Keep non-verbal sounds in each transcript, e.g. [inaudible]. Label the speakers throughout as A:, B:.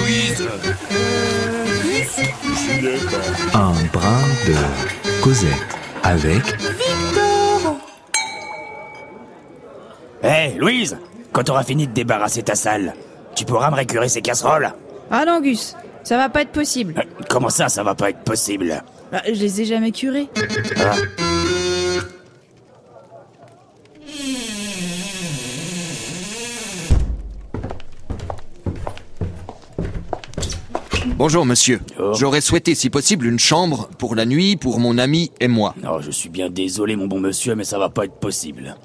A: Louise.
B: Louise
A: Un brin de Cosette avec
C: Hé, Louise, quand t'auras fini de débarrasser ta salle, tu pourras me récurer ces casseroles
D: Ah non, Gus, ça va pas être possible.
C: Euh, Comment ça, ça va pas être possible
D: Bah, je les ai jamais curés.
B: Bonjour monsieur.
C: Bonjour.
B: J'aurais souhaité si possible une chambre pour la nuit pour mon ami et moi.
C: Oh, je suis bien désolé, mon bon monsieur, mais ça va pas être possible.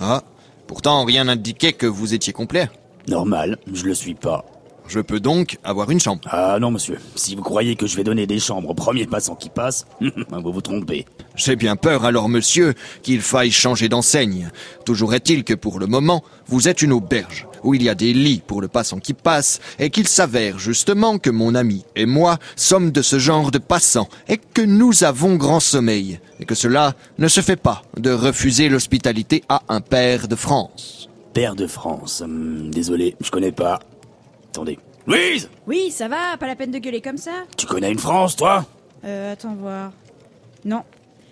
B: Ah, pourtant rien n'indiquait que vous étiez complet.
C: Normal, je le suis pas.
B: Je peux donc avoir une chambre.
C: Ah non, monsieur, si vous croyez que je vais donner des chambres au premier passant qui passe, [laughs] vous vous trompez.
B: J'ai bien peur alors monsieur qu'il faille changer d'enseigne. Toujours est-il que pour le moment, vous êtes une auberge où il y a des lits pour le passant qui passe et qu'il s'avère justement que mon ami et moi sommes de ce genre de passants et que nous avons grand sommeil et que cela ne se fait pas de refuser l'hospitalité à un père de France.
C: Père de France, hum, désolé, je connais pas. Attendez. Louise
D: Oui, ça va, pas la peine de gueuler comme ça.
C: Tu connais une France, toi
D: Euh, attends voir. Non.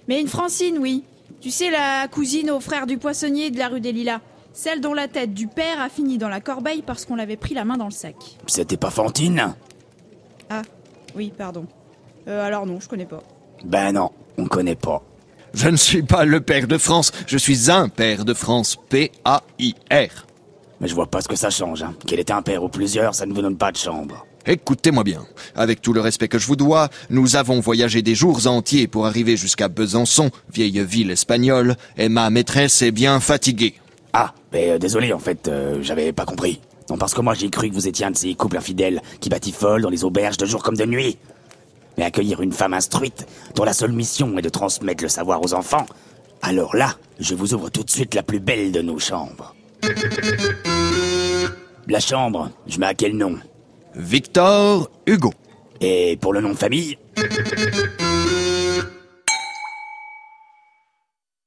D: Mais une Francine, oui. Tu sais, la cousine au frère du poissonnier de la rue des Lilas. Celle dont la tête du père a fini dans la corbeille parce qu'on l'avait pris la main dans le sac.
C: C'était pas Fantine
D: Ah, oui, pardon. Euh, alors non, je connais pas.
C: Ben non, on connaît pas.
B: Je ne suis pas le père de France, je suis un père de France, P-A-I-R.
C: Mais je vois pas ce que ça change. Hein. Qu'elle était un père ou plusieurs, ça ne vous donne pas de chambre.
B: Écoutez-moi bien, avec tout le respect que je vous dois, nous avons voyagé des jours entiers pour arriver jusqu'à Besançon, vieille ville espagnole, et ma maîtresse est bien fatiguée.
C: Ah, mais euh, désolé en fait, euh, j'avais pas compris. Non, parce que moi j'ai cru que vous étiez un de ces couples infidèles qui batifolent dans les auberges de jour comme de nuit. Mais accueillir une femme instruite, dont la seule mission est de transmettre le savoir aux enfants, alors là, je vous ouvre tout de suite la plus belle de nos chambres. La chambre, je mets à quel nom
B: Victor Hugo.
C: Et pour le nom de famille